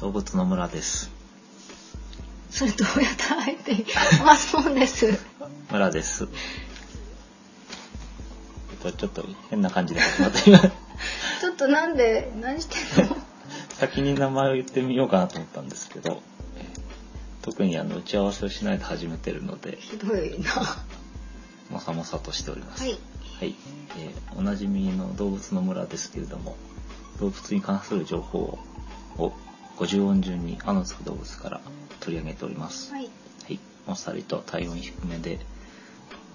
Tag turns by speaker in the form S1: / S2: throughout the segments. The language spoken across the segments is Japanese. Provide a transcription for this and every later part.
S1: 動物の村です。
S2: それどうやって入っていいあ、そうです。
S1: 村です。えっと、ちょっと変な感じで始まった今。
S2: ちょっとなんで、何してんの
S1: 先に名前を言ってみようかなと思ったんですけど、特にあの打ち合わせをしないで始めてるので、
S2: ひどいな。は
S1: もさもさとしております。
S2: い。
S1: はい、えーおなじみの動物の村ですけれども動物に関する情報を50音順にあのつく動物から取り上げております、は
S2: はい。
S1: い、もっさりと体温低めで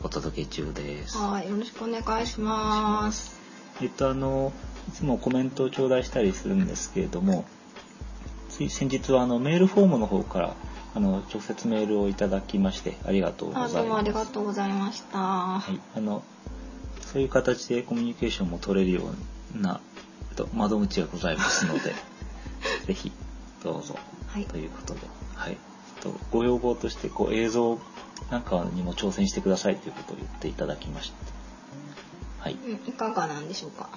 S1: お届け中です
S2: はい、よろしくお願いします。
S1: えっとあのいつもコメントを頂戴したりするんですけれどもつい先日はあのメールフォームの方からあの直接メールをいただきましてありがとうござい
S2: あ、
S1: ます
S2: どうもありがとうございました。は
S1: はい、あのそういう形でコミュニケーションも取れるようなえっと窓口がございますの でぜひどうぞ
S2: い。
S1: ということで、はい、えっとご要望としてこう映像なんかにも挑戦してくださいということを言っていただきました。はい、
S2: うんいかがなんでしょうか。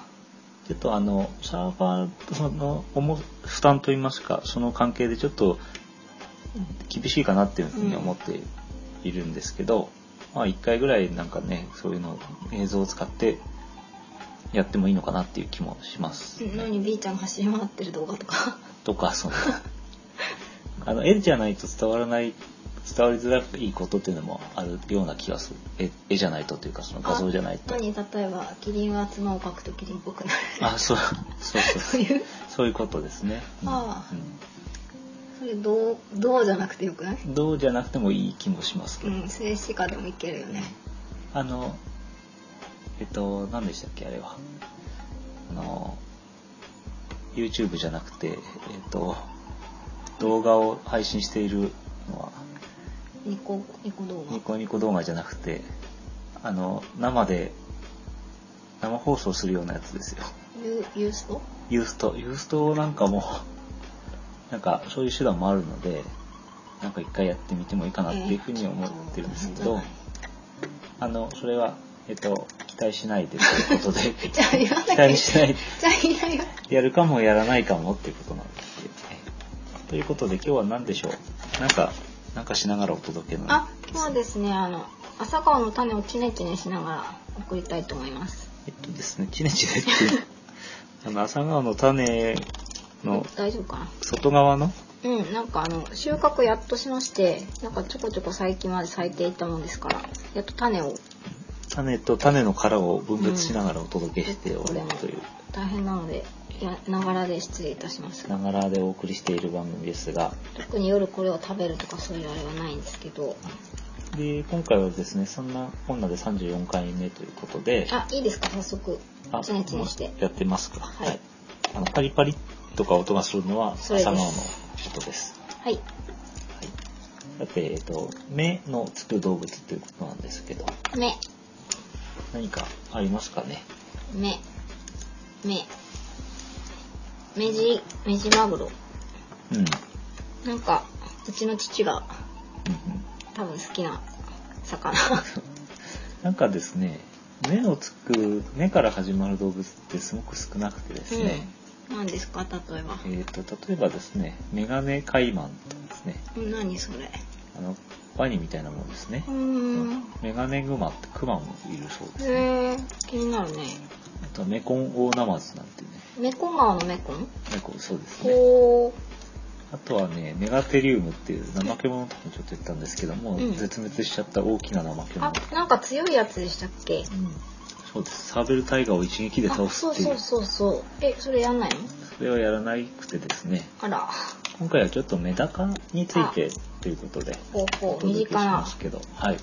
S1: ちょっとあのサーバーその重負担といいますかその関係でちょっと厳しいかなっていうふうに思っているんですけど、まあ1回ぐらいなんかねそういうの映像を使ってやってもいいのかなっていう気もします。
S2: うん何、B ちゃんが走り回ってる動画とか。
S1: とか そのあの絵じゃないと伝わらない伝わりづらくいいことっていうのもあるような気がする絵絵じゃないとというかそ の画像じゃないと。
S2: 何、例えば、キリンは角を描くとキリンっぽくなる。
S1: あそうそう そう
S2: そういう。
S1: そういうことですね。うん
S2: ああ
S1: うん
S2: それ、どう、どうじゃなくてよくない
S1: どうじゃなくてもいい気もしますけ
S2: う
S1: ど、
S2: ん、静止画でもいけるよね。
S1: あのえっと何でしたっけあれはあの YouTube じゃなくてえっと動画を配信しているのは
S2: ニコ、ニコ動画。
S1: ニコニコ動画じゃなくてあの生で生放送するようなやつですよ
S2: ユユースト
S1: ユーストユーストなんかも なんかそういう手段もあるのでなんか一回やってみてもいいかなっていうふうに思ってるんですけど、あの、それは、えっと、期待しないでということで、期
S2: じゃあやらなきゃ
S1: 待
S2: い
S1: しない、
S2: けないじゃあいないよ
S1: やるかもやらないかもっていうことなんですけどね。ということで、今日は何でしょうなんか、なんかしながらお届けの。
S2: あ今日はですねあの朝顔の種をチネチネしながら送りたいと思います
S1: えっとですね、チネチネっていう、あの、朝顔の種の
S2: 大丈夫かな
S1: 外側の、
S2: うんなんかあの収穫やっとしましてなんかちょこちょこ最近まで咲いていたもんですからやっと種を
S1: 種と種の殻を分別しながらお届けしておるという、
S2: 大変なのでやながらで失礼いたします
S1: ながらでお送りしている番組ですが、
S2: 特に夜これを食べるとかそういうあれはないんですけど
S1: で、今回はですね、そんなこんなで34回目ということで、
S2: あいいですか早速
S1: あ
S2: チネチネして
S1: やってますか。
S2: はい
S1: あのパリパリとか音がするのは
S2: それです
S1: 朝顔のことです。
S2: はい
S1: だってえっと目のつく動物ということなんですけど、
S2: 目
S1: 何かありますかね。
S2: 目目目地目地マグロ
S1: うん。うんうん
S2: なんかうちの父が多分好きな魚
S1: なんかですね、目のつく目から始まる動物ってすごく少なくてですね。
S2: うん何ですか例えば
S1: えっと例えばですね、メガネカイマンとかですね、
S2: うん何それ
S1: あのワニみたいなものですね
S2: う。ん
S1: メガネグマってクマもいるそうですね。
S2: へえ気になるね
S1: あとはメコンオオナマズなんてね。
S2: メコ川のメコン
S1: 猫そうですね。
S2: ほ
S1: あとはね、メガテリウムっていう怠け者とかもちょっと言ったんですけども、
S2: うん
S1: 絶滅しちゃった大きな怠け
S2: う
S1: 者
S2: あ。なんか強いやつでしたっ
S1: う
S2: け
S1: んそうです。サーベルタイガーを一撃で
S2: あ
S1: 倒す
S2: そう
S1: っていう。
S2: そうそうそうえそれやんないの
S1: それはやらなくてですね、
S2: あら
S1: 今回はちょっとメダカについてということで、
S2: ほう
S1: お
S2: ほう身
S1: 届けし
S2: 近な
S1: ますけど、はい。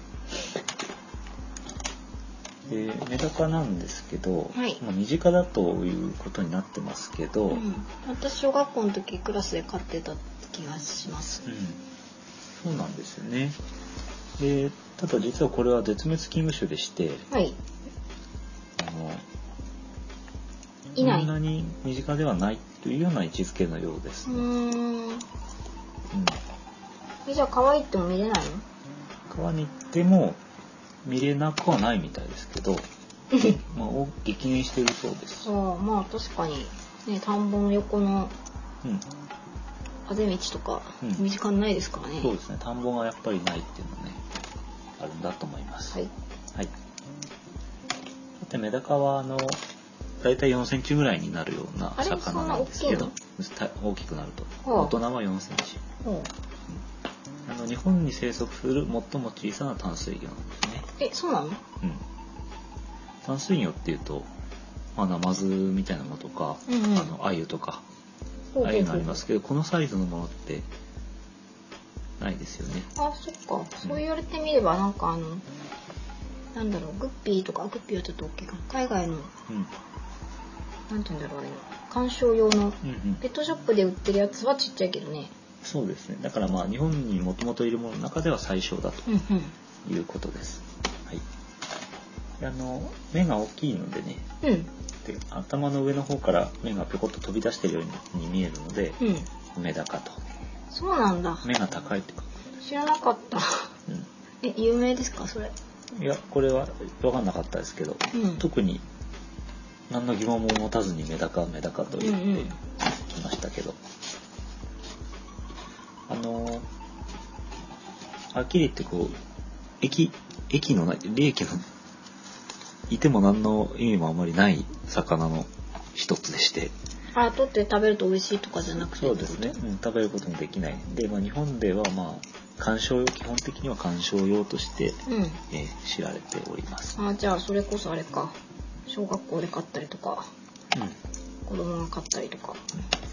S1: でメダカなんですけど、
S2: はい
S1: まあ身近だということになってますけど、
S2: うん、私小学校の時クラスで飼ってた気がします
S1: うん、そうなんですよね。で、ただ実はこれは絶滅危惧種でして、
S2: はい
S1: あの、
S2: いない
S1: そんなに身近ではないというような位置づけのようで
S2: う
S1: すね。
S2: ーん
S1: うん。
S2: えじゃあ可愛いっても見れない
S1: 川に行っても見れなくはないみたいですけ ど、まあ、お激減しているそうです。
S2: のああまあ確かにね田んぼの横の
S1: うん。
S2: あぜ道とか
S1: うん
S2: 身近にないですからね、
S1: そうですね田んぼがやっぱりないっていうのはねあるんだと思います
S2: は、い
S1: はい、さてメダカはあの大体4センチぐらいになるような
S2: あれ
S1: 魚なんですけ
S2: そ
S1: ど
S2: んな
S1: た大きくなると
S2: はあ
S1: 大人は4センチ
S2: ほう
S1: あの日本に生息する最も小さな淡水魚なんですね、
S2: えそうなの
S1: うん、淡水魚っていうと、まあ、ナマズみたいなのとか、
S2: うんうん
S1: あのアユとか
S2: ほうほう
S1: あ
S2: ほう
S1: あいうのありますけどこのサイズのものってないですよね
S2: あそっかそう言われてみればなんかあのなんだろうグッピーとかグッピーはちょっと大きいかな海外の
S1: うん
S2: なんて言うんだろうあれ鑑賞用の
S1: うんうん
S2: ペットショップで売ってるやつはちっちゃいけどね
S1: そうですねだからまあ日本にもともといるものの中では最小だと
S2: うんうん
S1: いうことです、はい、であの目が大きいのでね
S2: うん
S1: で頭の上の方から目がぴょこっと飛び出してるように見えるので
S2: うん
S1: メダカと
S2: そうなんだ
S1: 目が高いってか、
S2: 知らなかった
S1: う
S2: え有名ですかそれ
S1: ん、いやこれは分かんなかったですけど、
S2: うん
S1: 特に何の疑問も持たずにメダカメダカと言
S2: うんう
S1: っ
S2: ん
S1: てきましたけど、あのーはっきり言ってこう液液のない利益のいても何の意味もあまりない魚の一つでして
S2: あ取って食べると美味しいとかじゃなくて
S1: そうですね、うん、食べることもできないで、まあ、日本ではまあ観賞用基本的には観賞用として、
S2: う
S1: えー知られております、
S2: んあじゃあそれこそあれか小学校で買ったりとか
S1: うん、
S2: 子供が買ったりとか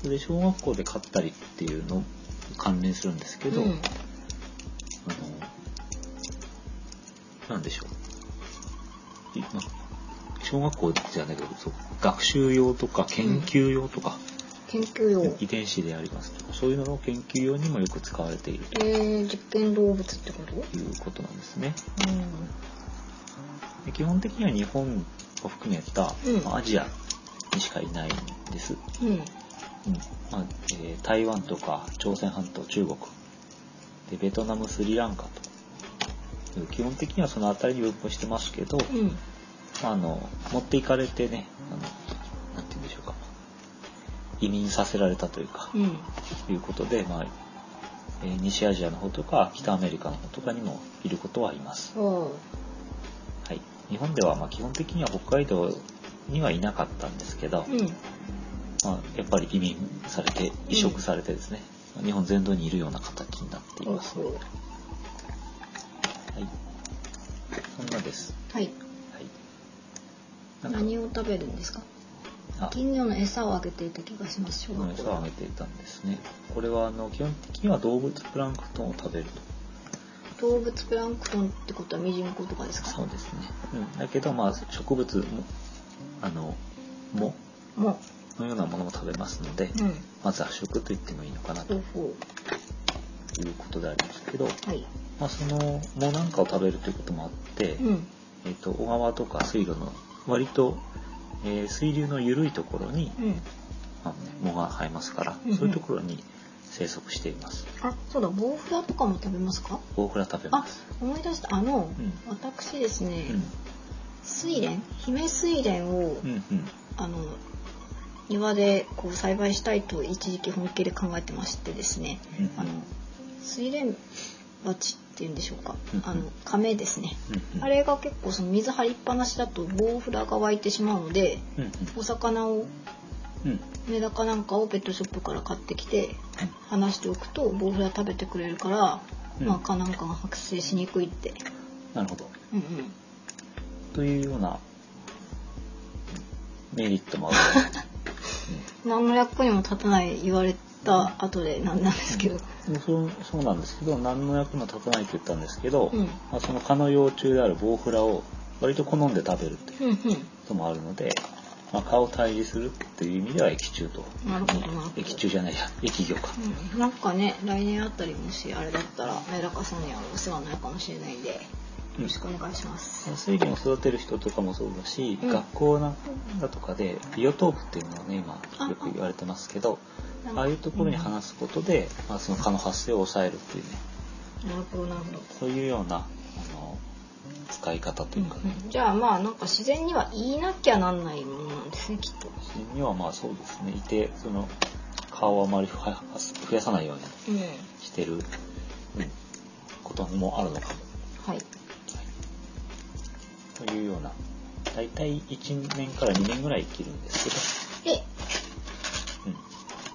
S1: それ小学校で買ったりっていうの関連するんですけど、
S2: うん
S1: あのなんでしょういま小学校じゃないけどそう学習用とか研究用とか、
S2: 研究用
S1: 遺伝子でありますとかそういうのの研究用にもよく使われている
S2: えー、実験動物ってこと
S1: ということなんですね。
S2: う
S1: で基本的には日本を含めた、
S2: うん
S1: まあアジアにしかいないんです。
S2: ん、うん、
S1: うんまあえー台湾とか朝鮮半島中国でベトナムスリランカと基本的にはその辺りに分布してますけど、
S2: うん、
S1: まあ、あの持っていかれてねあのなんて言うんでしょうか移民させられたというか、
S2: うん、
S1: いうことで、まあえー西アジアの方とか北アメリカの方とかにもいることはいます、
S2: そ
S1: はい、日本ではまあ基本的には北海道にはいなかったんですけど、
S2: う、うん、
S1: まあ、やっぱり移民されて移植されてですね、日本全土にいるような形になってい
S2: そう
S1: ます、
S2: そう。
S1: はいそんなです
S2: はい、
S1: はいなんか
S2: 何を食べるんですか。
S1: あ
S2: 金魚の餌をあげていた気がします。小
S1: この
S2: 学
S1: 餌
S2: 校
S1: をあげていたんですねこれはあの基本的には動物プランクトンを食べる
S2: 動物プランクトンってことはミジンコとかです
S1: と
S2: か。
S1: そうですね、うん、だけどまあ植物もあの藻
S2: も
S1: のようなものも食べますので、
S2: う、うん、
S1: まあ、雑食と言ってもいいのかなと
S2: そ
S1: いう
S2: そう
S1: ことでありますけど、
S2: う。はい、
S1: まあ、その藻なんかを食べるということもあって、
S2: うん、
S1: えー、と小川とか水路の割と、えー水流の緩いところに、
S2: うん、
S1: あのね、藻が生えますから、
S2: うんうん
S1: そういうところに生息しています
S2: あ、そうだ、ボウフラとかも食べますか。
S1: 大蔵食べま
S2: あ
S1: す、
S2: 思い出した、あの、
S1: うん
S2: 私ですね、
S1: うん
S2: 睡蓮、姫睡蓮を、
S1: うんうん
S2: あの。庭でこう栽培したいと一時期本気で考えてましてですね、
S1: うん
S2: あの水蓮鉢っていうんでしょうか
S1: うんうん
S2: あの亀ですね
S1: うんうん
S2: あれが結構その水張りっぱなしだと棒フラが湧いてしまうので
S1: うん
S2: お魚を
S1: うんうん
S2: メダカなんかをペットショップから買ってきて離しておくと棒フラ食べてくれるから、
S1: うん
S2: まあ蚊なんかが発生しにくいって、
S1: なるほど
S2: うん
S1: というようなメリットもあ る
S2: うん、何の役にも立たない言われた後でなんなんですけど、
S1: うんそうそうなんですけど何の役も立たないと言ったんですけど、
S2: うん、うん
S1: まあ、その蚊の幼虫であるボウフラを割と好んで食べるという
S2: うん
S1: こともあるので、まあ、蚊を退治するっていう意味では液中と
S2: なるほどなるほど
S1: 液中じゃないや液魚か
S2: うんなんかね来年あたりもしあれだったらメダカさんにはお世話になるかもしれないんでよろしくお願いします、
S1: 水魚を育てる人とかもそうだし、
S2: うん
S1: 学校なんかとかでビオトープっていうのをね今
S2: あ
S1: よく言われてますけど
S2: なんか
S1: ああいうところに放すことで、まあ、その蚊の発生を抑えるっていうね
S2: なるほどなるほど
S1: そういうようなあの使い方というかね、
S2: じゃあまあなんか自然には言いなきゃなんないものなんですねきっと。
S1: にはまあそうですねいてその顔をあまりは増やさないように
S2: うん。
S1: してる、うんこともあるのかも。
S2: はい。
S1: というような、だいたい1年から2年ぐらい生きるんです
S2: で、
S1: けど、うん、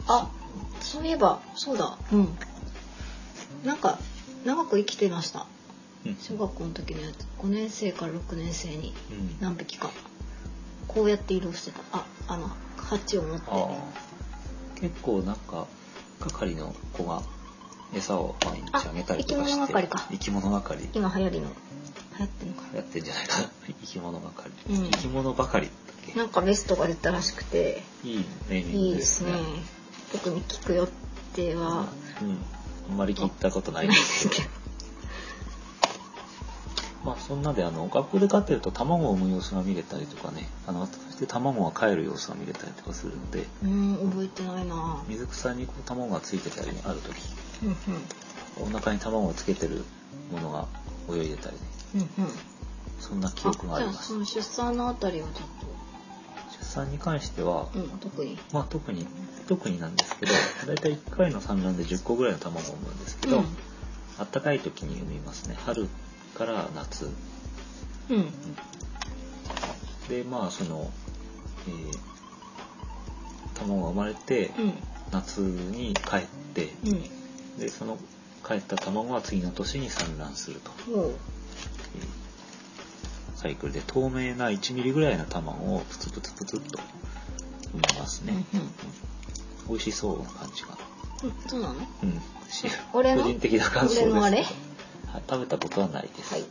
S2: あ、そういえば、そうだ。うん。なんか、長く生きていました。
S1: うん
S2: 小学校の時のやつ。5年生から6年生に
S1: うん
S2: 何匹か。こうやって移動してた。あ、あの、鉢を持って。
S1: ああ結構なんか係の子が餌を毎日あげたりとかして
S2: あ生き物係か
S1: 生き物係
S2: 今流行りの。流行ってるのかな。
S1: やってんじゃない かな生き物係、
S2: うん
S1: 生き物係だっけ
S2: なんかベストが出たらしくて、
S1: いいネーミン
S2: いい
S1: グ
S2: で
S1: ですす
S2: ね
S1: ね。
S2: 特に聞く予定は
S1: うん、あんまり聞いたことな
S2: ない
S1: い
S2: で
S1: です
S2: す
S1: け
S2: け
S1: ど
S2: ど。
S1: まあそんなであの学校で飼ってると卵を産む様子が見れたりとかねあのそして卵が帰る様子が見れたりとかするので
S2: うん、覚えてないな
S1: 水草にこう卵がついてたりある時
S2: うんうん。
S1: お腹に卵をつけてるものが泳いでたりね
S2: うんうん。
S1: そんな記憶があり
S2: あ
S1: ま
S2: じゃあ
S1: す
S2: そ。の出産のあたりはちょ
S1: 出産に関しては
S2: っ、と、うん、特に。
S1: まあ特に、特になんですけど、だいたい1回の産卵で10個ぐらいの卵を産むんですけど、あったかい時に産みますね。春から夏。
S2: うん。うん。
S1: で、まあその、えー卵が生まれて、夏に帰って、
S2: うん。うん。
S1: で、その帰った卵は次の年に産卵すると
S2: もう、
S1: いうサイクルで、透明な1ミリぐらいの卵をプツプツプツっと産みますね。
S2: うんうん
S1: 美味しそうな感じが。
S2: うん、そうなの
S1: うん。
S2: 俺の
S1: 個人的な感想です。
S2: 俺のあれ
S1: はい食べたことはないです。
S2: はい
S1: はい。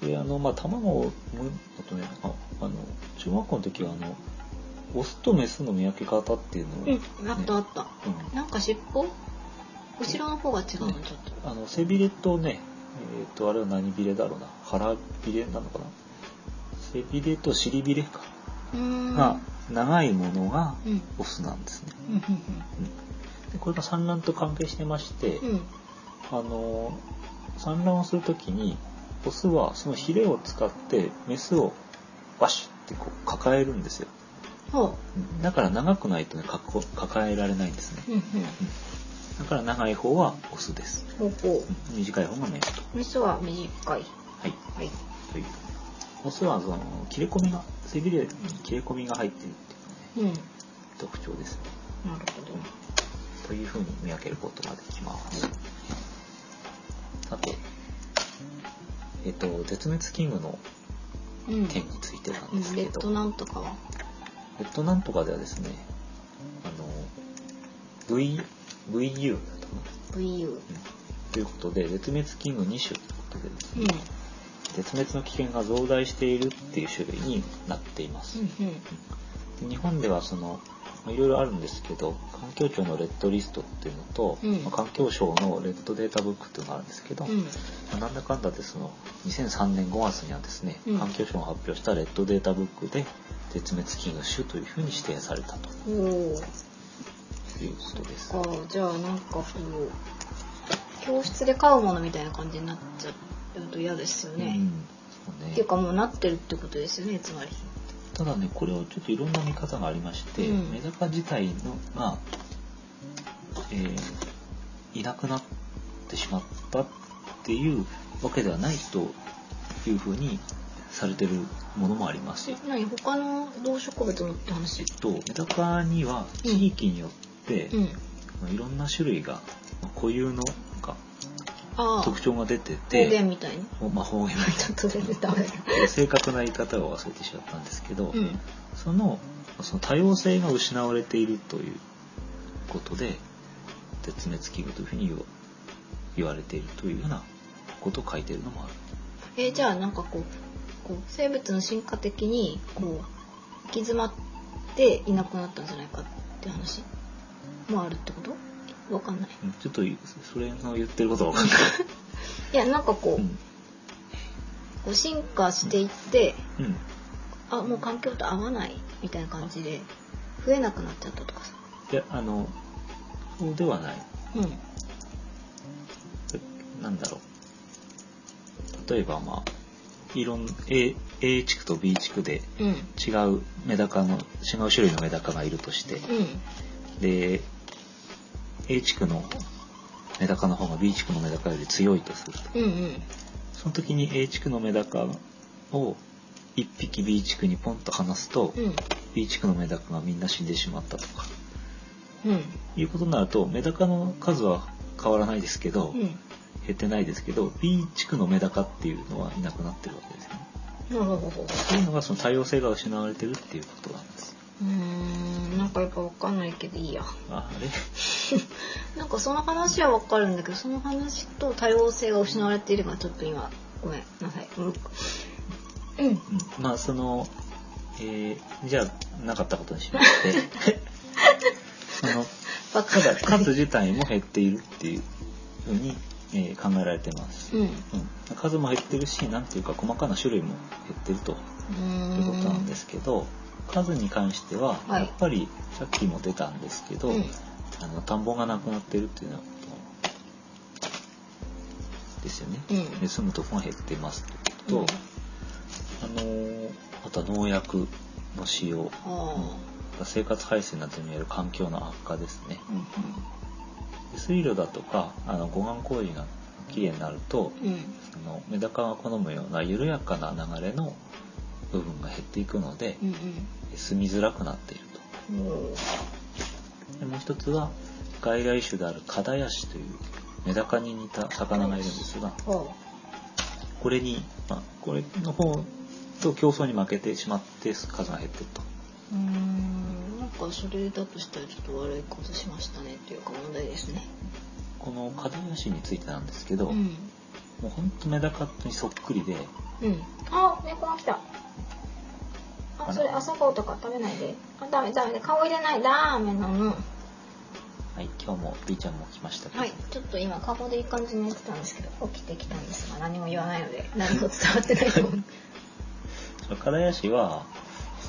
S1: これあの、まあ、卵を産むのとね、ああの、中学校の時はあの、オスとメスの見分け方っていうのを、
S2: うん、あったあった。
S1: うん
S2: なんか尻尾後ろの方が違うの、ちょっと。
S1: あの、背びれとね、えっ、と、あれは何びれだろうな。腹びれなのかな。背びれと尻びれか。
S2: うーん。
S1: が、長いものが
S2: うん。うん
S1: オスなんですね。
S2: うん
S1: でこれが産卵と関係してまして、
S2: うん。うん。
S1: あの産卵をするときにオスはそのヒレを使ってメスをバシッてこう抱えるんですよ
S2: ほ
S1: だから長くないとねかこ抱えられないんですね
S2: う。うんうん。
S1: だから長い方はオスです
S2: ほうほ
S1: 短い方がメスと
S2: う。メスは短い。
S1: はい
S2: はい。
S1: というオスはその切れ込みが背びれに切れ込みが入っているって
S2: うん。なる
S1: いう特徴ですね
S2: ほど。
S1: というふうに見分けることができます。さて、えっ、と、絶滅危惧の
S2: うん。
S1: 件についてなん
S2: う
S1: です
S2: んレ
S1: け
S2: ッ
S1: ど、
S2: ドなんとかは。
S1: レッドなんとかではですね、あの、V、VU だったかな
S2: VU。
S1: ということで、絶滅危惧2種ということでです
S2: う
S1: ね、
S2: ん。
S1: 絶滅の危険が増大しているっていう種類になっています。
S2: うんうん。
S1: 日本ではそのまあいろいろあるんですけど環境庁のレッドリストっていうのと、
S2: うん
S1: まあ環境省のレッドデータブックっていうのがあるんですけど、
S2: うん
S1: まあなんだかんだでその2003年5月にはですね、
S2: うん
S1: 環境省が発表したレッドデータブックで絶滅危惧種というふうに指定されたと
S2: おお。
S1: いうことです。
S2: かじゃあなんかこう教室で買うものみたいな感じになっちゃうと嫌ですよ
S1: う
S2: ね。
S1: んそう
S2: っ
S1: ね
S2: ていうかもうなってるってことですよねつまり。
S1: ただねこれをちょっといろんな見方がありまして、
S2: うん
S1: メダカ自体のが、えーいなくなってしまったっていうわけではないというふうにされてるものもあります。えっ
S2: え何他の動植物のって話。
S1: とメダカには地域によって、
S2: うん。
S1: いろんな種類が固有のなんか
S2: ああ。
S1: 特徴が出て
S2: 方言
S1: て、
S2: みたいな。
S1: ほまあ、方言み
S2: ちょっと全然ダメだ。
S1: たいな正確な言い方を忘れてしまったんですけど、
S2: うん。
S1: そのその多様性が失われているということで絶滅危惧というふうに言わ言われているというようなことを書いているのもある。
S2: えーじゃあなんかこうこう生物の進化的にこう行き詰まっていなくなったんじゃないかって話もあるってこと？わかんない。
S1: うんちょっとそれの言ってることは分かんない
S2: いやなんかこ
S1: う
S2: う。
S1: ん。
S2: こう進化していって、
S1: うん。
S2: あもう環境と合わないみたいな感じで増えなくなっちゃったとかさ、
S1: いやあのそうではない。
S2: うん、
S1: なんだろう。例えばまあいろん A A 地区と B 地区で
S2: うんうん
S1: 違うメダカの違う種類のメダカがいるとしてで A 地区のメダカの方が B 地区のメダカより強いとすると
S2: うんうん
S1: その時に A 地区のメダカを1匹 B 地区にポンと放すと、
S2: うん
S1: B 地区のメダカがみんな死んでしまったとか
S2: うん
S1: いうことになるとメダカの数は変わらないですけど、
S2: うん
S1: 減ってないですけど B 地区のメダカっていうのはいなくなってるわけですよね。
S2: なるほど
S1: っていうのがその多様性が失われてるっていうことなんですよ。
S2: うーんなんかよくわかんないけどいいや
S1: ああれ
S2: なんかその話はわかるんだけどその話と多様性が失われているがちょっと今ごめんなさいうんう
S1: う
S2: ん
S1: ん、まあその、えーじゃあなかったことにしまして その
S2: バ
S1: た
S2: カ
S1: だ数自体も減っているっていうふうに、えー考えられてます
S2: う、んう
S1: うん、数も減ってるしなんていうか細かな種類も減ってると
S2: ーん
S1: いうことなんですけど、数に関しては
S2: はい
S1: やっぱりさっきも出たんですけど、
S2: うん
S1: あの田んぼがなくなってるっていうのはですよね、
S2: うん
S1: で住むとこが減ってますってことと、
S2: うん
S1: あのーあとは農薬の使用
S2: あ
S1: 生活排水などによる環境の悪化ですね
S2: あうん
S1: で水路だとかあの護岸工事がきれいになると
S2: うん
S1: そのメダカが好むような緩やかな流れの部分が減っていくので
S2: うん
S1: 住みづらくなっている
S2: うんおー
S1: とでもう一つは外来種であるカダヤシというメダカに似た魚がいるんですが
S2: あ
S1: これに、まあ、これの方と競争に負けてしまって数が減っていると。
S2: うーんなんかそれだとしたらちょっと悪いことしましたねっていうか問題ですね
S1: このカダヤシについてなんですけど、
S2: う
S1: も
S2: ん
S1: うほんとメダカにそっくりで
S2: うんあ猫が来た
S1: あら
S2: あそれ朝顔とか食べないであダメダメ顔入れないダメなの
S1: はい、今日もピーちゃんも来ましたけど、
S2: はい、ちょっと今カゴでいい感じにやってたんですけど起きてきたんですが何も言わないので何も伝わってないと思 う
S1: そのカダヤシは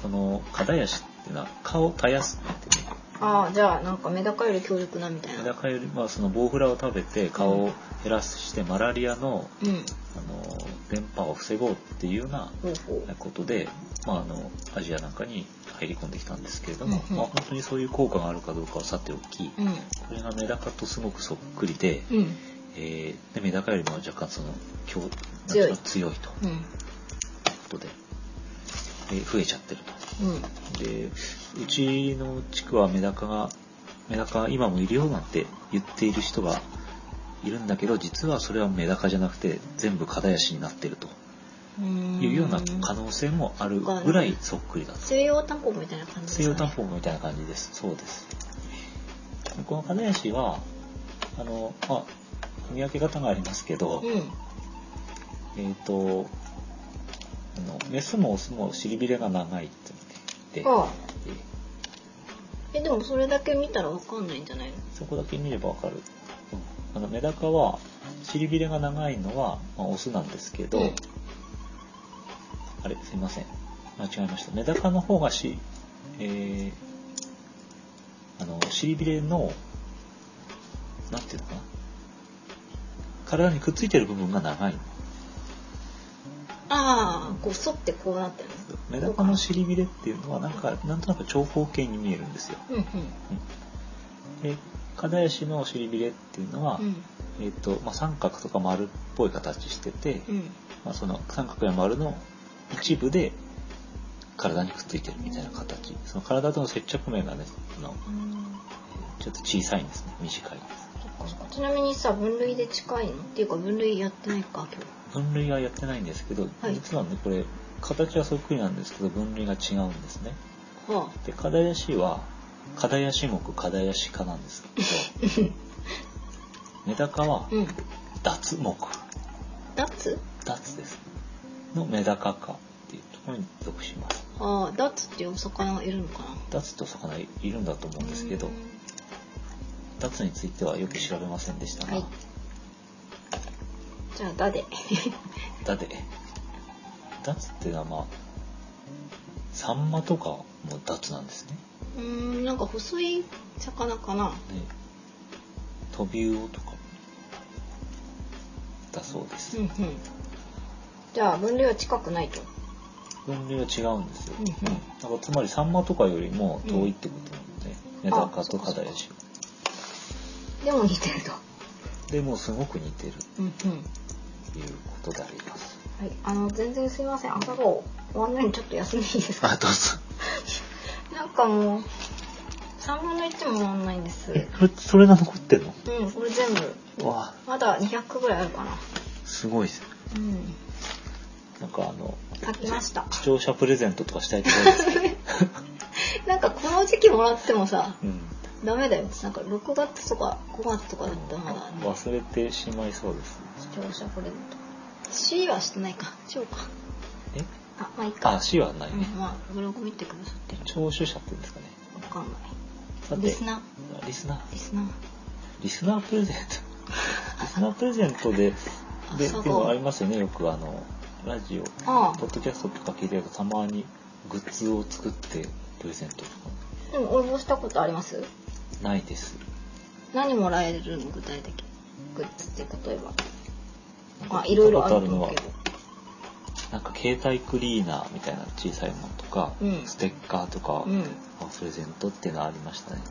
S1: そのカダヤシっていうのは蚊を絶やすっていうね
S2: ああじゃあなんかメダカより強力なみたい
S1: メ
S2: な
S1: ダカよりまあそのボウフラを食べて蚊を減らしてマラリアの
S2: うん
S1: あの電波を防ごうっていうような
S2: ほうほ
S1: ことで、まあ、あのアジアなんかに入り込んできたんですけれども、
S2: うんうん
S1: まあ、本当にそういう効果があるかどうかはさておき
S2: ううん
S1: これがメダカとすごくそっくりで。
S2: うん
S1: えーでメダカよりも若干その強
S2: 強い
S1: なんてうの強いという
S2: うん
S1: ことで、えー増えちゃってる
S2: うん
S1: とでうちの地区はメダカがメダカ今もいるよなんて言っている人がいるんだけど実はそれはメダカじゃなくて全部カダヤシになってると
S2: うん
S1: いうような可能性もあるぐらいそっくりだと
S2: 西洋タンポポみたいな感じですか、
S1: 西
S2: ね、
S1: 洋タンポポみたいな感じですそうですでこのカダヤシはあのまあ見分け方がありますけど、
S2: うん
S1: えっ、と、あの、メスもオスも尻びれが長いって言っ
S2: ああ
S1: て、で
S2: えでもそれだけ見たらわかんないんじゃないの
S1: そこだけ見ればわかる。うんあの、メダカは、尻びれが長いのは、まあ、オスなんですけど、
S2: うん
S1: あれ、すいません。間違えました。メダカの方がし、えー、あの、尻びれの、なんていうのかな。体にくっついてる部分が長い。
S2: ああこう反ってこうなってるんですか
S1: メダカの尻びれっていうのはなんかなんとなく長方形に見えるんですよ。
S2: うんうん
S1: でカダヤシの尻びれっていうのは、
S2: うん
S1: えっとまあ、三角とか丸っぽい形してて、
S2: うん
S1: まあ、その三角や丸の一部で体にくっついてるみたいな形その体との接着面がねあの
S2: うん
S1: ちょっと小さいんですね短いです
S2: そっかそっかちなみにさ分類で近いのっていうか分類やってないか今日
S1: 分類はやってないんですけど、
S2: はい
S1: 実はねこれ形はそっくりなんですけど分類が違うんですね
S2: は
S1: でカダヤシはカダヤシ目カダヤシ科なんですけど メダカは
S2: あ、うん。
S1: 脱目
S2: 脱
S1: 脱ですのメダカ科っていうところに属します
S2: ああ、脱っていうお魚がいるのかな。
S1: 脱と魚いるんだと思うんですけど脱についてはよく調べませんでしたが、
S2: はいじゃあ、だで。
S1: だって脱っていうのはまあサンマとかも脱なんですね
S2: うーん、なんか細い魚かな。
S1: でトビウオとかもだそうです、
S2: うんうん。じゃあ、分類は近くないと。
S1: 分類は違うんですよ、
S2: うんうん
S1: だからつまりサンマとかよりも遠いってことなので、メダカと
S2: あそ
S1: カ
S2: っかそっか
S1: ダヤシ
S2: でも似てると。
S1: でもうすごく似てる
S2: うんうん。
S1: ということであります
S2: はい。あの、全然すいません。朝顔終わんないんでちょっと休んでいいですか
S1: あどうぞ
S2: なんかもう、3分の1も終わんないんです。
S1: えそれそれが残ってる
S2: うん、これ全部。
S1: のわあ
S2: まだ200ぐらいあるかな。
S1: すごいですね
S2: うん。
S1: なんかあの
S2: 書きました。
S1: 視聴者プレゼントとかしたいところです ね
S2: なんかこの時期もらってもさ、
S1: うん
S2: ダメだよ。なんか6月とか5月とかだったらまだね、
S1: 忘れてしまいそうです
S2: 視聴者プレゼント。C はしてないか。しようか。
S1: え
S2: あ、まあいいか。
S1: あ死はない
S2: うん
S1: ね、、
S2: まあ、ブログ見てくださってる。
S1: 聴取者って言うんですかね
S2: わかんない。
S1: さて
S2: リスナー。
S1: リスナー
S2: リスナー。
S1: リスナープレゼン トリスナープレゼントでで
S2: そう
S1: でもありますよねよくあのラジオ
S2: あ
S1: ポッドキャストとか聞いてるとたまにグッズを作ってプレゼントとか
S2: あ。うん、応募したことあります
S1: ないです
S2: 何もらえるの具体的にグッズって例えば。
S1: なんか
S2: まあ、いろいろあ
S1: 聞いた
S2: ると
S1: こと
S2: 思
S1: あ
S2: う
S1: る
S2: け
S1: の
S2: ど
S1: は。なんか携帯クリーナーみたいな小さいものとか、
S2: うん
S1: ステッカーとか、
S2: うん。
S1: まあプレゼントっていうのはありましたね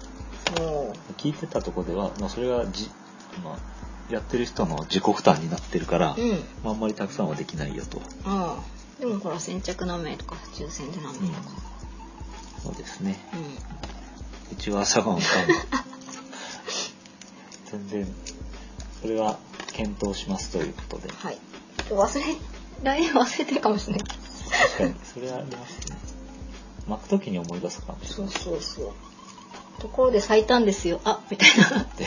S2: そう。
S1: 聞いてたとこでは、まあ、それはじ、まあ、やってる人の自己負担になってるから、
S2: うん。
S1: まあ、あんまりたくさんはできないよと
S2: ああ。でもほら、先着何名とか、抽選で何名とか。
S1: そうですね
S2: うん。
S1: うちは朝顔かも 全然これは検討しますということで
S2: はい。忘れ、来年忘れてるかもしれない。
S1: 確かにそれはありますね巻く時に思い出すかもしれ
S2: そ
S1: な
S2: う
S1: い
S2: そうそう。ところで咲いたんですよ。あ、みたいな。は
S1: で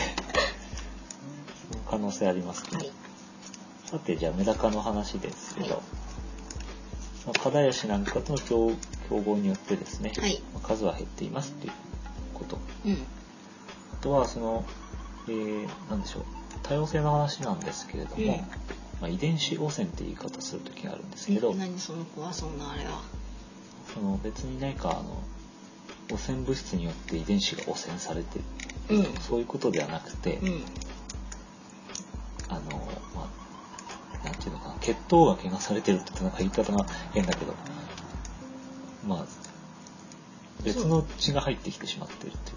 S1: その可能性ありますね、
S2: い。
S1: さてじゃあメダカの話ですけど、
S2: はい
S1: まあ、カダヤシなんかとの競競合によってですね、
S2: はい
S1: まあ数は減っていますっていうこと
S2: うん。
S1: あとはその、えー、なんでしょう多様性の話なんですけれども、
S2: うん
S1: まあ、遺伝子汚染って言い方する時があるんですけど
S2: え何その子はそんなあれは。
S1: その別に何かあの汚染物質によって遺伝子が汚染されて
S2: うん。
S1: そういうことではなくて、
S2: うん。
S1: あのまあなんていうのかな血糖が汚されてるってなんか言い方が変だけどまあ別の血が入ってきてしまってるってい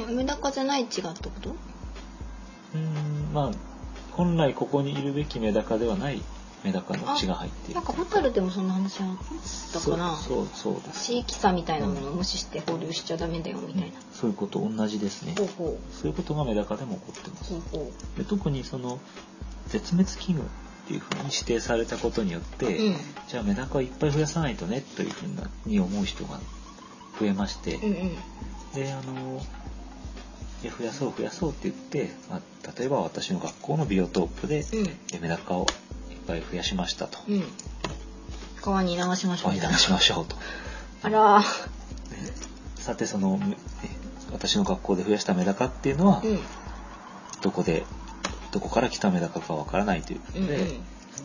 S1: うか
S2: えメダカじゃない血がってこと
S1: うーんまあ本来ここにいるべきメダカではないメダカの血が入っている
S2: なんかホタルでもそんな話あったかな
S1: そうそうそうです
S2: 地域差みたいなものを無視して放流しちゃダメだよみたいな。
S1: そういうこと同じですね
S2: ほうほ
S1: そういうことがメダカでも起こってま
S2: う。
S1: す
S2: ほうほ
S1: で特にその絶滅危惧っていうふうに指定されたことによっ
S2: う。
S1: て、
S2: うん。
S1: じゃあメダカをいっぱい増やさないとねというふうなに思う人が増えまして、
S2: うんうん。
S1: であので増やそう増やそうって言って、まあ、例えば私の学校のビオトープで
S2: うん。
S1: えメダカをいっぱい増やしましたと
S2: うん。川に流しましょう
S1: 判
S2: みた
S1: 断
S2: いな。
S1: しましょうと
S2: あらー。
S1: さてそのめえ私の学校で増やしたメダカっていうのは、
S2: うん。
S1: どこでどこから来たメダカかわからないということ
S2: うんう
S1: で、
S2: ん。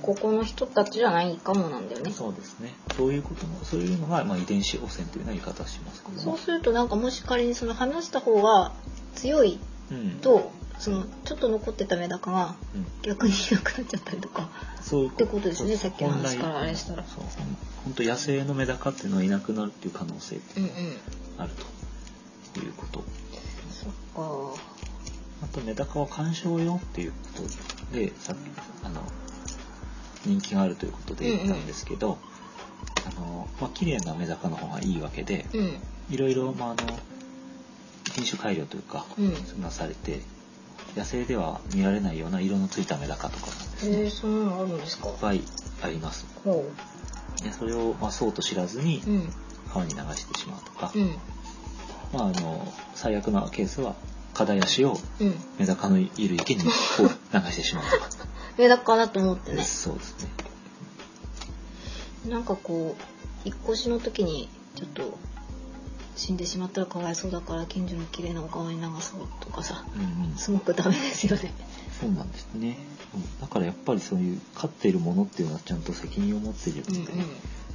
S2: ここの人たちじゃないかもなんだよね。
S1: そうですねそういうこともそういうのが、まあ、遺伝子汚染というような言い方をしますけど
S2: そう
S1: も
S2: するとなんかもし仮にその話した方が強い
S1: うん
S2: とそのちょっと残ってたメダカが
S1: うん
S2: 逆にいなくなっちゃったりとか
S1: そういう
S2: ってことですねさっきの話
S1: 本来
S2: からあれしたら
S1: そうほんほんと野生のメダカっていうのはいなくなるっていう可能性って
S2: うんうん
S1: あるということ
S2: そっか
S1: あとメダカは観賞用っていうことでさっきあの人気があるということで言ったんですけど、あのまあ綺麗なメダカの方がいいわけで
S2: うん
S1: いろいろ、まあ、あの品種改良というか、
S2: うん
S1: そんなされて野生では見られないような色のついたメダカとかも
S2: えー、そんなのあるんですか
S1: いっぱいあります
S2: ほ
S1: でそれを、まあ、そうと知らずに
S2: ううん
S1: 川に流してしまうとか、
S2: うん
S1: まあ、あの最悪なケースはカダヤシを
S2: うん
S1: メダカのいる池にこう流してしまうと か
S2: メダカだと思ってね
S1: そうですね
S2: なんかこう引っ越しの時にちょっと死んでしまったらかわいそうだから近所の綺麗なお川に流そうとかさ
S1: うんうん
S2: すごくダメですよね
S1: そうなんですねうんだからやっぱりそういう飼っているものっていうのはちゃんと責任を持って自
S2: うんう
S1: 分
S2: ん
S1: でね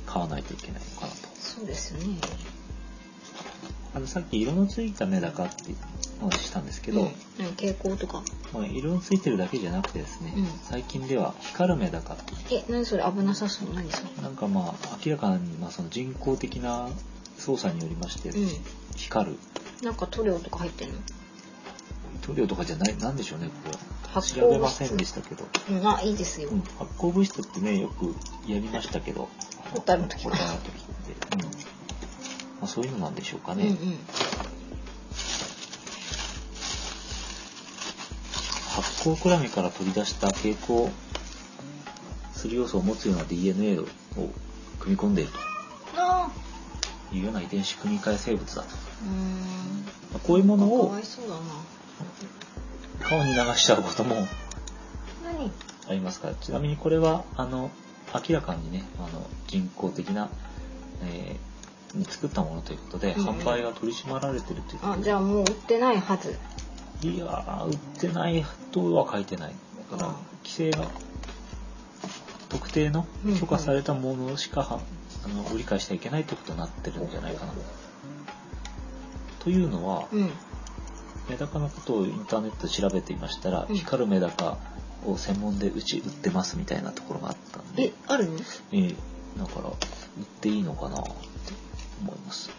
S1: 飼わないといけないのかなと
S2: そうですよね
S1: あのさっき色のついたメダカってお話ししたんですけど、
S2: うんなんか蛍光とか
S1: まあ、色のついてるだけじゃなくてですね、
S2: うん
S1: 最近では光るメダカって
S2: え何それ危なさそう何それ
S1: なんかまあ明らかにまあその人工的な操作によりまして
S2: う
S1: 光る
S2: んなんか塗料とか入ってるの
S1: 塗料とかじゃないなんでしょうねこれは
S2: 発
S1: 調
S2: 光
S1: べ
S2: 物
S1: ま
S2: 質
S1: せんでしたけど、
S2: うんあいいですよ、
S1: うん、発光物質ってねよくやりましたけど
S2: ホタルの時
S1: ホタルの時って、うんまあ、そういうのなんでしょうかね、
S2: うんうん
S1: 発酵クラゲから取り出した蛍光する要素を持つような DNA を組み込んでいる
S2: なあ
S1: というような遺伝子組み換え生物だと。
S2: うーん
S1: まあこういうもの
S2: か
S1: を
S2: わいそうだな
S1: 顔に流しちゃうことも
S2: 何
S1: ありますから、ちなみにこれは、あの、明らかにね、あの、人工的な、えーに作ったものということで、
S2: うんうん
S1: 販売が取り締まられてるというこ
S2: あ
S1: と
S2: じ
S1: で、
S2: ゃあもう売ってないはず
S1: いやー、売ってないとは書いてない。だから
S2: あ、
S1: 規制が、特定の
S2: うんうん
S1: 許可されたものしかは、あの、売り買いしちゃいけないということになってるんじゃないかな。というのは、
S2: うん
S1: メダカのことをインターネットで調べていましたら、
S2: うん
S1: 光るメダカを専門でうち売ってますみたいなところがあったんで
S2: え、あるの
S1: えーだから売っていいのかなって思います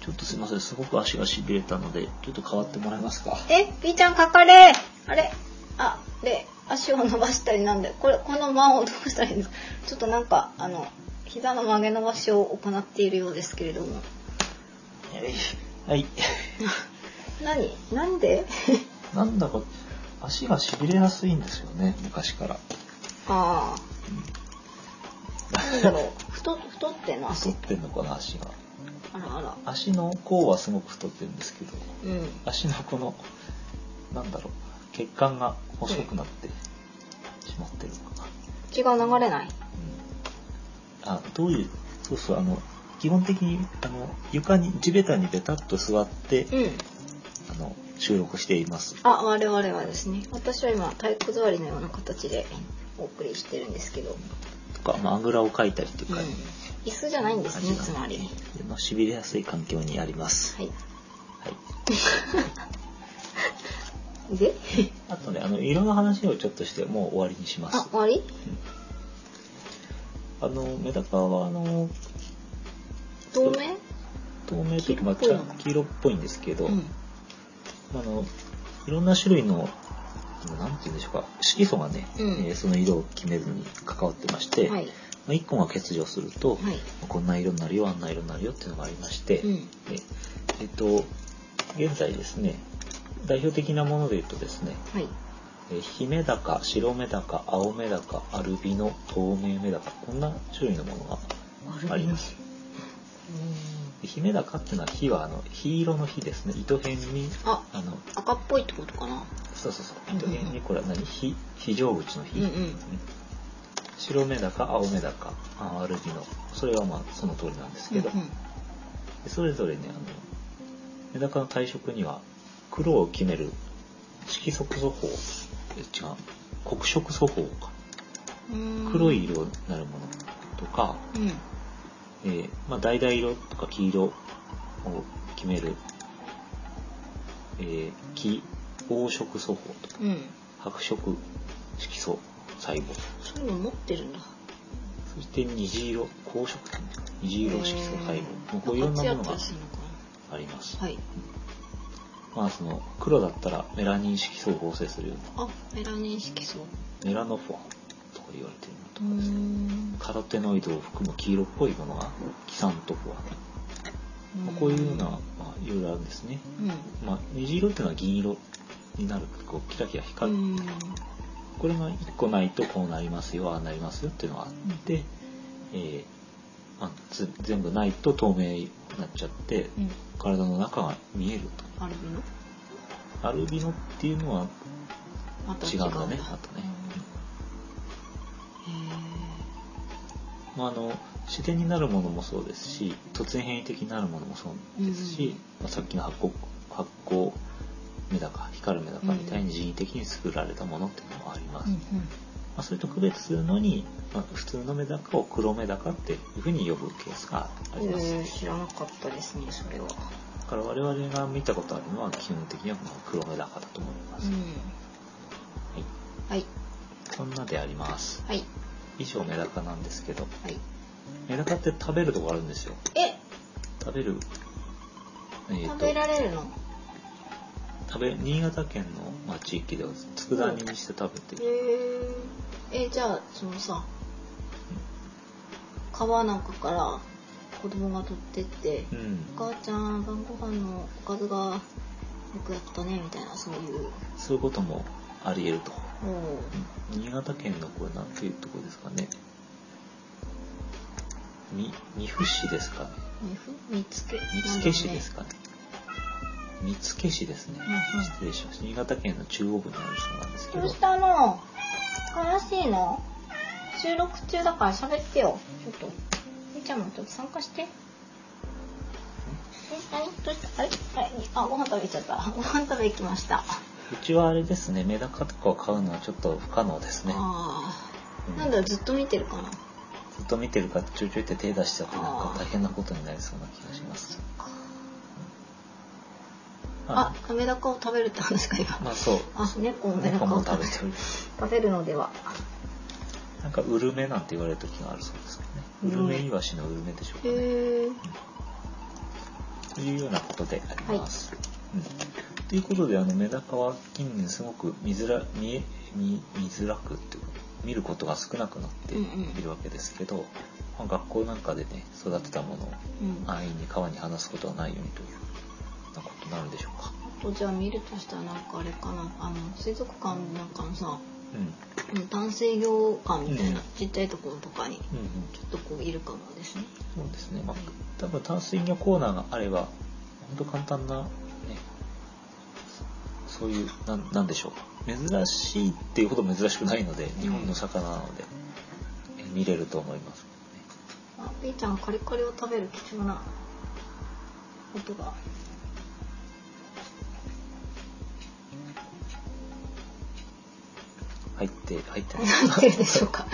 S1: ちょっとすいませんすごく足がしびれたのでちょっと変わってもらえますか
S2: え、ピーちゃんかかれあれあ、で、足を伸ばしたりなんで、これ、この間をどうしたらいいんですかちょっとなんか、あの、膝の曲げ伸ばしを行っているようですけれども。
S1: えいはい
S2: 何なんで
S1: なんだか足がしびれやすいんですよね昔から
S2: ああ、なんだろ う。太、太ってんの
S1: 太
S2: 足
S1: っ。てんのかな足が
S2: あらあら。
S1: 足の甲はすごく太ってるんですけど
S2: うん。
S1: 足のこのなんだろう血管が細くなってしまってるのかな、
S2: 血が流れない。
S1: うんあどういうそうそうあの基本的にあの床に地べたにベタっと座って
S2: うん。
S1: あの収録しています
S2: あ、我々はですね、私は今、体育座りのような形でお送りしてるんですけど、
S1: とか、まあ、あぐらをかいたりと
S2: うん
S1: か、。
S2: 椅子じゃないんですね、
S1: 感じ
S2: つ
S1: が
S2: まり。
S1: まあ、痺れやすい環境にあります、
S2: はい。
S1: はい、
S2: で
S1: あとねあの色の話をちょっとしてもう終わりにしま
S2: あ
S1: す
S2: 終わり
S1: あのメダカはあの
S2: 透明
S1: 透明というかまあ
S2: 黄色っぽいの
S1: 茶黄色っぽいんですけど、
S2: うん
S1: あのいろんな種類のなんて言うんでしょうか色素がね、
S2: うん
S1: えーその色を決めるのに関わってまして、
S2: はい
S1: まあ、1個が欠如すると、
S2: はい
S1: こんな色になるよあんな色になるよっていうのがありまして、
S2: う
S1: で
S2: ん
S1: えっと現在ですね代表的なもので言うとですね、
S2: はい
S1: えー、ヒメダカ白メダカ青メダカアルビノ透明メダカこんな種類のものがあります。でヒメダカっていうのは火はあの火色の火ですね糸辺に
S2: あ
S1: あの
S2: 赤っぽいってことかな
S1: そうそうそう
S2: うんうん
S1: 糸辺にこれは何非非常口の
S2: う
S1: 火、
S2: んうん
S1: 白メダカ青メダカあアルビノそれはまあその通りなんですけど、
S2: うんうん
S1: でそれぞれねあのメダカの体色には黒を決める色素素法え違う黒色素法か
S2: うん
S1: 黒い色になるものとか、
S2: うん
S1: えーまあ、橙色とか黄色を決める、えー、黄黄色素法とか
S2: うん
S1: 白色色素細胞
S2: そういうの持ってるんだ
S1: そして虹色光色点虹色色素細胞もうこういろんなものが
S2: するのか
S1: あります
S2: なはい
S1: まあその黒だったらメラニン色素を合成するような
S2: あメラニン色素
S1: メラノフォアとか言われてるのと
S2: うーん
S1: カロテノイドを含む黄色っぽいものがキサントフォア、まあこういうような、まあ、いろいろあるんですね、
S2: うん
S1: まあ、虹色っていうのは銀色になるこうキラキラ
S2: う
S1: 光る、
S2: ん
S1: これが1個ないとこうなりますよああなりますよっていうのがあって、えーまあ、つ全部ないと透明になっちゃって
S2: うん
S1: 体の中が見える
S2: アルビノ
S1: とアルビノっていうのは
S2: また
S1: 違うんだねあとね
S2: うんへ
S1: まあ、あの自然になるものもそうですし突然変異的になるものもそうですし、
S2: うん
S1: まあ、さっきの発酵発酵メダカ光るメダカみたいに人為的に作られたものっていうのもありま
S2: えう
S1: す、
S2: んうん
S1: まあ、それと区別するのに、まあ、普通のメダカを黒メダカっていうふうに呼ぶケースがあります。
S2: えー知らなかったですねそれは
S1: だから我々が見たことあるのは基本的にはこの黒メダカだと思います。はい、
S2: んはい
S1: そんなであります。
S2: はい
S1: 以上メダカなんですけど、
S2: はい
S1: メダカって食べるとこあるんですよ。
S2: え
S1: 食べる、えーと
S2: 食べられるの
S1: 食べ新潟県の、まあ、地域では佃煮にして食べて、
S2: へええじゃあそのさ川なんかから子供が取ってって
S1: うん
S2: 「お母ちゃん晩ご飯のおかずがよくやったね」みたいなそういう
S1: そういうこともあり得ると、
S2: も
S1: うん新潟県のこれなんていうとこですかねみ三府市ですかね
S2: う見ふ見つけ
S1: 見
S2: なんだろ
S1: 附
S2: う
S1: 市ですかね見附市ですね、
S2: んうん
S1: 失礼しました新潟県の中央部にあるそうなんですけ
S2: ど
S1: ど
S2: うしたの悲しいの収録中だから喋ってよちょっとみーちゃんもちょっと参加してえ何どうしたあれあれあご飯食べちゃったご飯食べ行きました、
S1: うちはあれですねメダカとかを買うのはちょっと不可能ですね、
S2: あ
S1: う
S2: あなんだずっと見てるかな
S1: ずっと見てるからちょいちょいって手出しちゃってなんか大変なことになりそうな気がします
S2: あ
S1: ま
S2: メダカを食べるって話か今
S1: あまあそう
S2: あ猫もメダ
S1: 猫
S2: カ
S1: も
S2: を
S1: 食べて
S2: 食べ
S1: る
S2: 食べるのでは
S1: なんかウルメなんて言われる時があるそうですけどねウルメイワシのウルメでしょうかね
S2: へえ
S1: というようなことであります、うん、ということであのメダカは近年すごく見づら見え見見づらくっていうか見ることが少なくなっているわけですけど、まあ学校なんかでね育てたものを
S2: うんあ
S1: 安易に川に放すことはないようにというようなことになるでしょうか。
S2: とじゃあ見るとしたらなんかあれかなあの水族館なんかのさ
S1: うん。
S2: うん淡水魚館みたいな
S1: うん
S2: ちっちゃいところとかに
S1: うんうん。
S2: ちょっとこういるかもですね。
S1: そうですね。まあ、多分淡水魚コーナーがあれば、本当簡単な、ね、そそういう、なんなんでしょう。珍しいっていうほど珍しくないので、日本の魚なので、え見れると思います。
S2: あ、ピーちゃんカリカリを食べる貴重な音が。
S1: 入って、入ってます
S2: 入ってるでしょうか。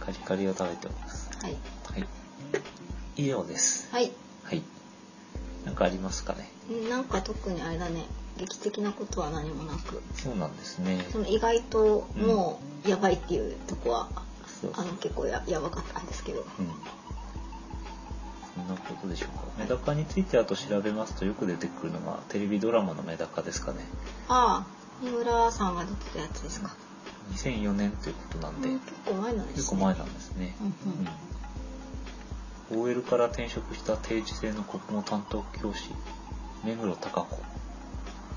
S1: カリカリを食べております。
S2: はい。
S1: はい。以上です。
S2: はい。
S1: はい。なんかありますかね。
S2: うんなんか特にあれだね。劇的なことは何もなく。
S1: そうなんですね。
S2: その意外ともうやばいっていうとこは、
S1: そう
S2: あの結構ややばかったんですけど。
S1: うんそんなことでしょうか。メダカについてあと調べますとよく出てくるのがテレビドラマのメダカですかね。
S2: ああ、三浦さんが出てたやつですか。
S1: 2004年ということなんで、
S2: うん結構前なんですね。
S1: 結構前なんですね。
S2: うんうん。
S1: うん OL から転職した定時制の国語担当教師、目黒孝子、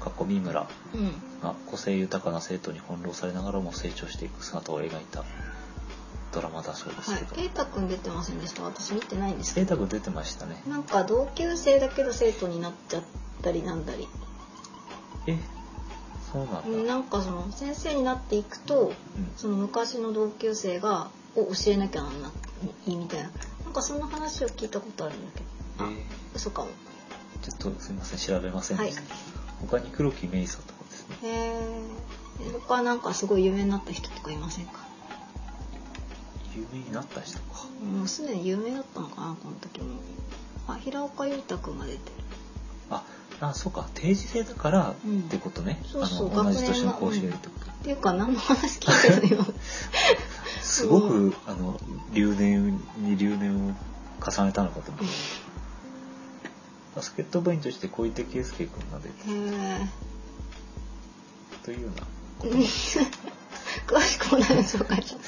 S1: 過去三村
S2: うん。
S1: が個性豊かな生徒に翻弄されながらも成長していく姿を描いたドラマだそうです
S2: はい
S1: け。ど。
S2: ケイタくん出てませんでした。私見てないんですけど
S1: セータ君出てましたね。
S2: なんか同級生だけど生徒になっちゃったりなんだり
S1: え、そうなんだ。
S2: うんなんかその先生になっていくと
S1: うん
S2: その昔の同級生がを教えなきゃなんないみたいななんかそんな話を聞いたことあるんだけ
S1: え
S2: ど、
S1: ー
S2: あ嘘かも
S1: ちょっとすみません、調べません
S2: は
S1: で
S2: い
S1: した。他に黒木メイサとかですね。
S2: へえ他はなんかすごい有名になった人とかいませんか
S1: 有名になった人か。
S2: もうすでに有名だったのかなこの時もあ平岡裕太くんが出てる
S1: あ、あ、そうか、定時制だから
S2: うん
S1: ってことね。
S2: そうそう
S1: あの同じ
S2: 学
S1: 年
S2: 年
S1: の
S2: が
S1: 講師がいるってこと。
S2: っていうか何の話聞いてるの今
S1: すごく、あの、留年に留年を重ねたのかと思う。バスケット部員として小池圭介君が出て
S2: へえ
S1: というようなことも
S2: 詳しくもないの紹介しちゃっ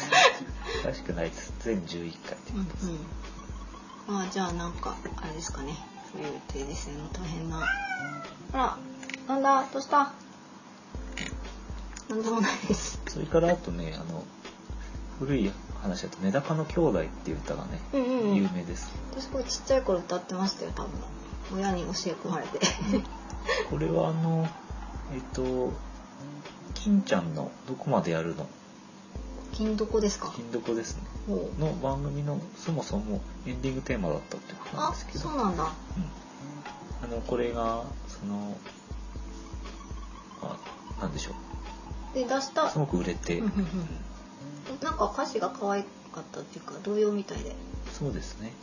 S2: た
S1: らしくないです。全11回ということです。
S2: うん、まあじゃあなんかあれですかねそういう定時制の大変なほらなんだどうしたなんでもないです
S1: それからあとね、あの、古い話だと、メダカの兄弟っていう歌がね、
S2: うんうん、う
S1: 有
S2: ん、
S1: 名です。
S2: 私これちっちゃい頃歌ってましたよ多分親に教え込まれて
S1: これはあの、えっと、金ちゃんのどこまでやるの
S2: 金どこですか
S1: 金どこですね。
S2: ほう
S1: の番組のそもそもエンディングテーマだったってことなん
S2: あ
S1: ですけど、
S2: そう
S1: うん、
S2: なんだ
S1: あの、これが、その、まあ、なんでしょ
S2: で出し
S1: う。
S2: た
S1: すごく売れて、
S2: うんうんうんなんか歌詞が可愛かったっていうか童謡みたいで
S1: そうですね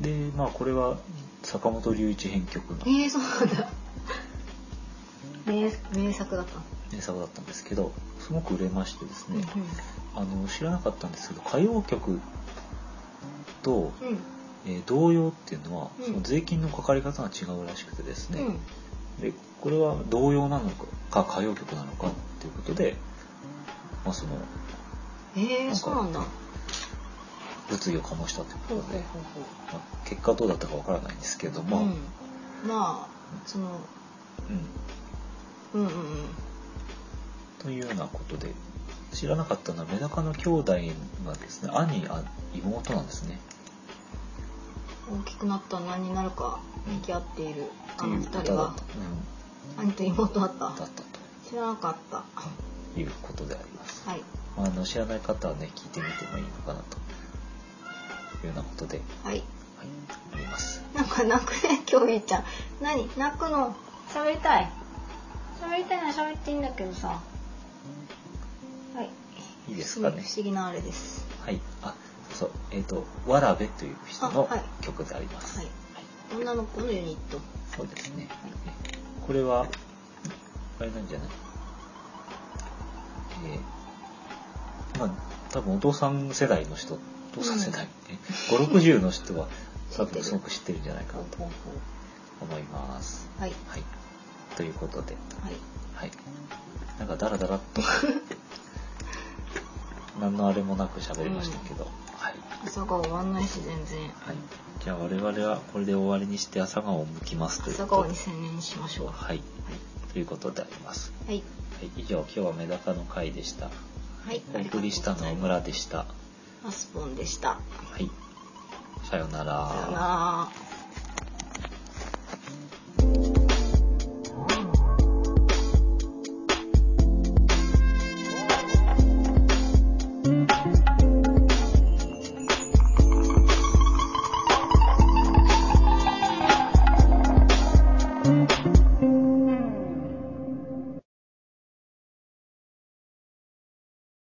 S1: でまあこれは坂本龍一編曲の
S2: ええそうなんだ名名作だった
S1: 名作だったんですけどすごく売れましてですね、
S2: う
S1: あの知らなかったんですけど歌謡曲と、
S2: んうん
S1: えー童謡っていうのは、
S2: うん
S1: その税金のかかり方が違うらしくてですね、
S2: うん
S1: でこれは童謡なのか歌謡曲なのかっていうことで、まあ、その
S2: え
S1: な
S2: え
S1: んか
S2: そうなんだ
S1: 物議を醸したと
S2: ほ
S1: いううこ
S2: ほう
S1: とで、
S2: ほうほう
S1: まあ結果どうだったかわからないんですけれども、うん
S2: うん、まあそのうんうんうん
S1: というようなことで知らなかったのはメダカの兄弟がですね兄あ妹なんですね。
S2: 大きくなったら何になるか
S1: うん
S2: 向き合っている
S1: って
S2: あ
S1: い
S2: の
S1: う
S2: 二
S1: 歌だ
S2: 人
S1: っ
S2: が
S1: た,、う
S2: 兄と妹だっ
S1: ん、だ
S2: た
S1: った
S2: 知らなかった
S1: ということであります。
S2: はい
S1: まあ、あの知らない方はね聞いてみてもいいのかなというようなことで、はい、
S2: はい
S1: あります。
S2: なんか泣くね今日いちゃん何泣くの喋りたい喋りたいなら喋っていいんだけどさはい
S1: いいですかね
S2: 不。思議なあれです
S1: はい。あ、そう。えっ、と、わらべという人
S2: あ
S1: の
S2: はい
S1: 曲であります。
S2: はい女の子のユニット
S1: そうですね。これは、あれなんじゃないえー、まあ、多分お父さん世代の人、お父さん世代、ね、5、60の人は、多分すごく知ってるんじゃないか
S2: ほ
S1: な
S2: う
S1: と
S2: ほうほ
S1: 思います。
S2: うはい
S1: はい。ということで、
S2: はい
S1: はい。なんかダラダラっと、何のあれもなく喋りましたけど、はい。
S2: 朝顔終わんないし全然
S1: はい。じゃあ我々はこれで終わりにして朝顔を向きますという
S2: 朝
S1: こ
S2: 顔
S1: と
S2: に
S1: で。
S2: 専念しましょうは
S1: はい。ということであります。
S2: い
S1: はい、以上、今日はメダカの会でした。
S2: はい
S1: お送りしたのは村でした。
S2: アスポンでした
S1: はい。さようなら
S2: さよなら